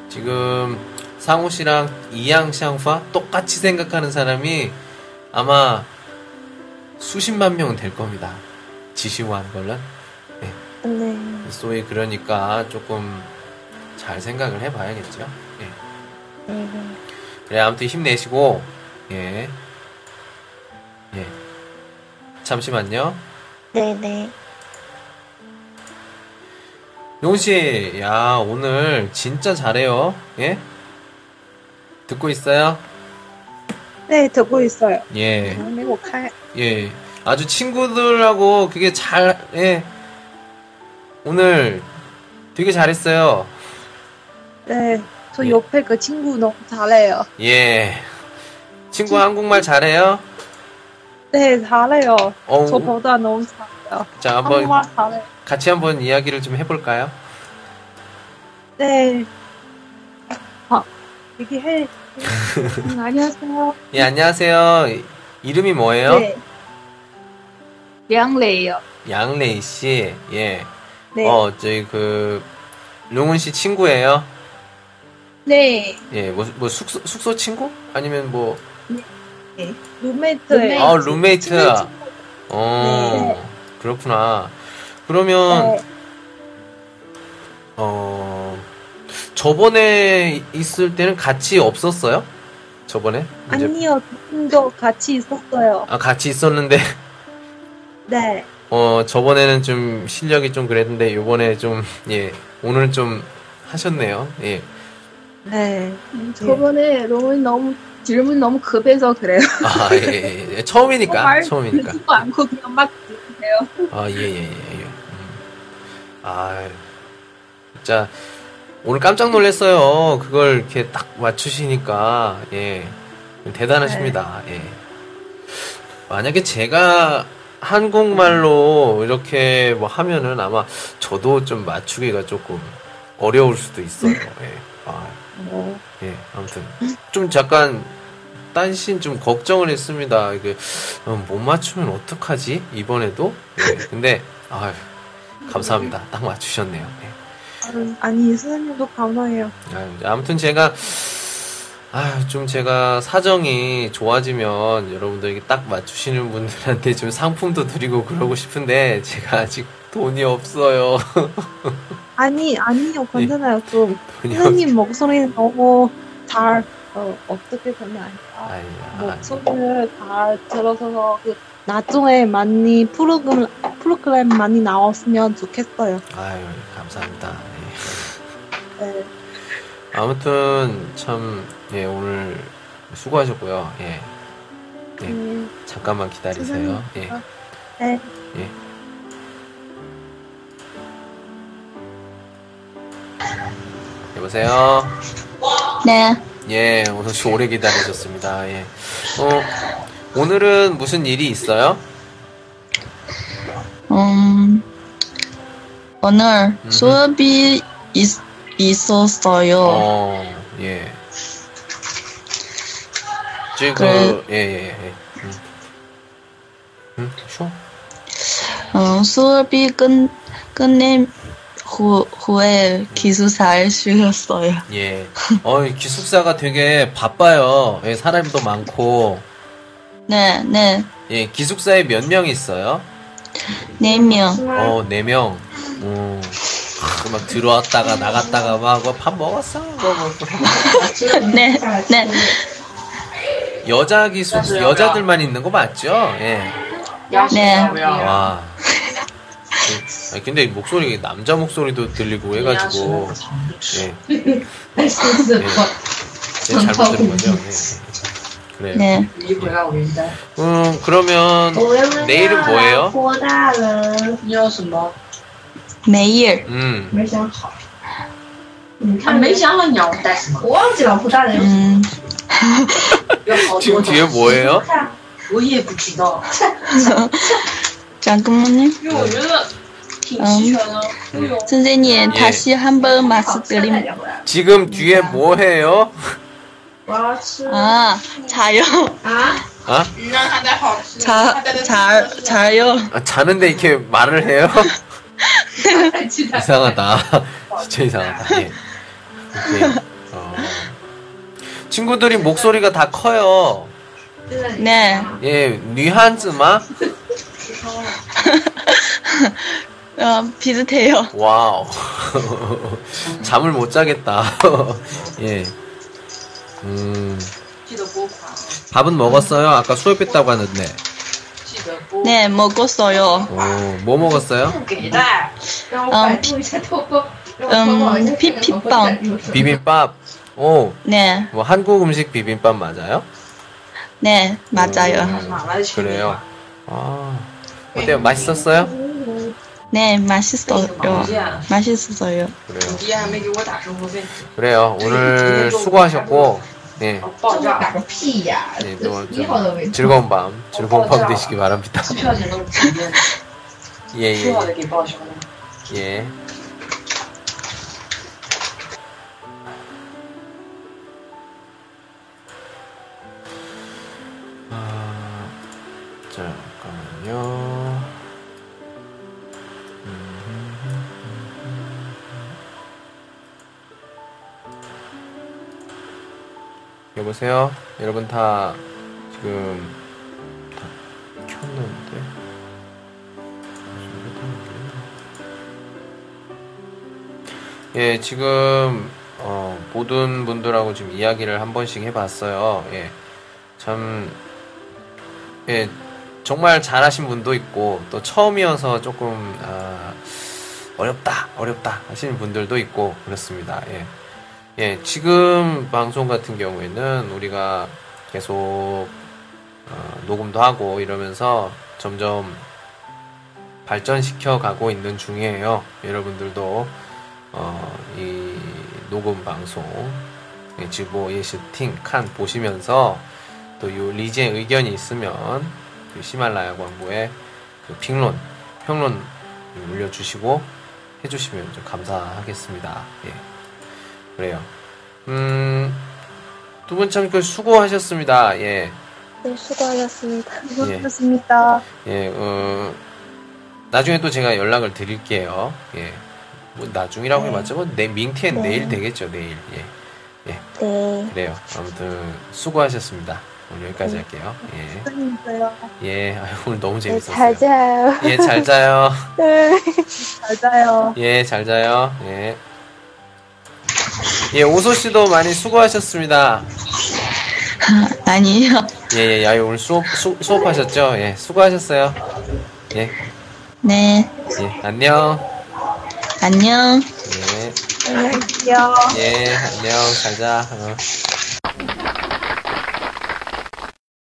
B: 지금 상우 씨랑 이양 샹파 똑같이 생각하는 사람이 아마 수십만 명은 될 겁니다 지시완 걸란
C: 네.
B: 소위 그러니까 조금 잘 생각을 해봐야겠죠. 예.
C: 음.
B: 그래 아무튼 힘내시고 예. 예. 잠시만요.
C: 네네.
B: 용훈 씨, 야 오늘 진짜 잘해요. 예? 듣고 있어요?
D: 네, 듣고 있어요. 뭐
B: 예.
D: 还没有开。
B: 예. 아주 친구들하고 그게 잘, 예. 오늘 되게 잘했어요.
D: 对， 네, 저옆에그친구너무잘해요
B: 예. 친구 한국말 잘해요?
D: 네, 잘해요.
B: 어우, 뭐
D: 저보다 너무 잘해요.
B: 자, 한번
D: 한국말 잘해요.
B: 같이 한번 이야기를 좀 해볼까요?
D: 네. 아, 얘기해. 음, 안녕하세요.
B: 예, 안녕하세요. 이- 이름이 뭐예요?
D: 네. 량레이요.
B: 양레이 씨. 예.
D: 네.
B: 어, 저희 그 룽은 씨 친구예요.
D: 네.
B: 예, 뭐, 뭐 숙소 숙소 친구? 아니면 뭐
D: 룸메이트예요.
B: 아, 룸메이트. 어. 그렇구나. 그러면
D: 네.
B: 어 저번에 있을 때는 같이 없었어요? 저번에? 이제-
D: 아니요, 지금도 같이 있었어요.
B: 아, 같이 있었는데
D: 네.
B: 어 저번에는 좀 실력이 좀 그랬는데 요번에 좀 예 오늘 좀 하셨네요 예
D: 네.
E: 음, 저번에 너무 너무 질문 너무 급해서 그래요. 어,
B: 아, 예, 예, 예. 처음이니까,
E: 정말
B: 처음이니까.
E: 듣지도 않고 그냥 막 들으세요.
B: 아, 예, 예, 예, 예. 음. 아, 진짜, 오늘 깜짝 놀랐어요. 그걸 이렇게 딱 맞추시니까, 예. 대단하십니다,
E: 네.
B: 예. 만약에 제가 한국말로 이렇게 뭐 하면은 아마 저도 좀 맞추기가 조금 어려울 수도 있어요. 예. 아, 예. 아무튼. 좀 잠깐 딴신 좀 걱정을 했습니다. 이게 음, 못 맞추면 어떡하지? 이번에도. 예, 근데 아유, 감사합니다. 딱 맞추셨네요. 예.
D: 아니 선생님도 감사해요.
B: 아유, 아무튼 제가 아유, 좀 제가 사정이 좋아지면 여러분들에게 딱 맞추시는 분들한테 좀 상품도 드리고 그러고 싶은데 제가 아직 돈이 없어요.
D: 아니 아니요 괜찮아요. 좀
B: 돈이 없...
D: 선생님 목소리는 너무 잘 어, 어떻게 보면 아,
B: 아니, 아니.
D: 목소리를 잘 들어서 그 나중에 많이 프로그램 프로그램 많이 나왔으면 좋겠어요.
B: 아유, 감사합니다. 예.
D: 네.
B: 아무튼 참 예, 오늘 수고하셨고요. 예. 네.
D: 음,
B: 잠깐만 기다리세요. 예.
D: 네.
B: 예. 여보세요.
G: 네.
B: 예, 오늘 씨 오래 기다리셨습니다. 예. 어, 오늘은 무슨 일이 있어요?
G: 음, 오늘
B: 음.
G: 수업이 있, 있었어요.
B: 어, 예. 지금
G: 그-
B: 예, 예, 예. 음. 음, 쇼?
G: 음, 수업이 끝, 끝낸 후, 후에 기숙사에 쉬었어요.
B: 예. 어, 이 기숙사가 되게 바빠요. 예, 사람도 많고.
G: 네, 네.
B: 예, 기숙사에 몇 명 있어요?
G: 네 명.
B: 어, 네 명. 음. 하, 막 들어왔다가 나갔다가 막 밥 먹었어. 뭐, 뭐.
G: 네, 네.
B: 여자 기숙 여자들만 있는 거 맞죠? 예.
G: 네.
B: 아, 와. 네. 아니, 근데 목소리 남자 목소리도 들리고 해가지고 예. 예. 예, 잘못 들은 거죠. 예. 그래요.
G: 네.
H: 你不要为难，
B: 음 그러면
F: 我又问
B: 내일은뭐예요
F: 郭大人，
H: 你有什么？
G: 매일.
B: 음
E: 没想好，
F: 你
H: 他
F: 看
H: 没想好你要带什么，
F: 我忘记了胡大人有什么
G: 음,
H: 有好
B: 지금
H: 多种
B: 뒤에 ， 뭐예요?
H: 我也不知道，
G: 잠깐만요.
H: 因为我觉得挺齐全的，都有
G: 어, 선생님,
B: 예.
G: 다시 한 번
F: 好吃的
G: 말씀드림.
F: 两个，
B: 지금 뒤에 뭐해요?
F: 我要吃
G: 아, 자요.
F: 啊！
B: 아?
H: 你让他带好吃的，他
G: 자,
H: 带的
G: 자 자요.
B: 아, 자는데 이렇게 말을 해요?
H: 太鸡蛋，
B: 이상하다. 진짜 이상하다. 예. 오케이. 어. 친구들이 목소리가 다 커요.
G: 네.
B: 예, 뉘한즈마?
G: 어, 비슷해요.
B: 와우. 잠을 못 자겠다. 예. 음,
H: 记得拨款啊，
B: 밥은 먹었어요? 아까 수업했다고 하는데.
H: 记得拨。
G: 네, 먹었어요.
B: 오, 뭐 먹었어요?
F: 不给的，让我百度一下，透过让我淘宝一下
G: 嗯屁屁棒
F: 比
B: 비빔밥. 오,
G: 네,
B: 뭐 한국 음식 비빔밥 맞아요? 음,
G: 네, 맞아요.
H: 马来群
B: 그래요. 아, 어때요? 맛있었어요? 음,
G: 네,
H: 那
G: 맛있어요.
H: 个毛线，
G: 맛있었어요.
H: 我
B: 그래요.
H: 爹还没给我打生活费，
B: 그래요. 오늘 수고하셨고, 예.
H: 报价
F: 打个屁呀
B: 네 또 ！
F: 一号都没
B: 좀 즐거운 밤, 즐거운 밤 되시기 바랍니다.
H: 机票钱都是直接
B: 예, 예,
H: 说好的给报销的。
B: 예. 아, 잠깐만요. 여보세요? 여러분 다 지금 다 켰는데? 지금 다 켰는데? 예, 지금 어, 모든 분들하고 지금 이야기를 한 번씩 해봤어요. 예, 참, 예, 정말 잘하신 분도 있고 또 처음이어서 조금 아, 어렵다, 어렵다 하시는 분들도 있고 그렇습니다. 예, 예, 지금 방송 같은 경우에는 우리가 계속 어, 녹음도 하고 이러면서 점점 발전시켜 가고 있는 중이에요. 여러분들도 어, 이 녹음 방송, 예, 지보 예시팅 칸 보시면서 또 요 리즈의 의견이 있으면 그 히말라야 광고에 그评론, 평론 올려주시고 해주시면 좀 감사하겠습니다. 예. 그래요. 음, 두 분 참 그 수고하셨습니다. 예.
C: 네, 수고하셨습니다.
D: 수고하셨습니다.
B: 예, 어, 나중에 또 제가 연락을 드릴게요. 예. 뭐, 나중이라고 해봤자뭐 내, 민티엔
C: 네.
B: 내일 되겠죠, 내일. 예.
C: 네.
B: 그래요. 아무튼, 수고하셨습니다. 오늘 여기까지 할게요. 예.
D: 수고하셨어요.
B: 예. 아유, 오늘 너무
C: 네,
B: 재밌었어요.
C: 잘 자요.
B: 예, 잘 자요.
C: 네.
D: 잘 자요.
B: 예, 잘 자요. 예. 예, 오소 씨도 많이 수고하셨습니다.
G: 아니에요.
B: 예, 예, 아유, 오늘 수업, 수, 수업하셨죠? 예, 수고하셨어요. 예,
G: 네.
B: 예, 안녕.
G: 안녕.
B: 예. 안녕히 계세요. 예, 안녕. 잘 자. 어.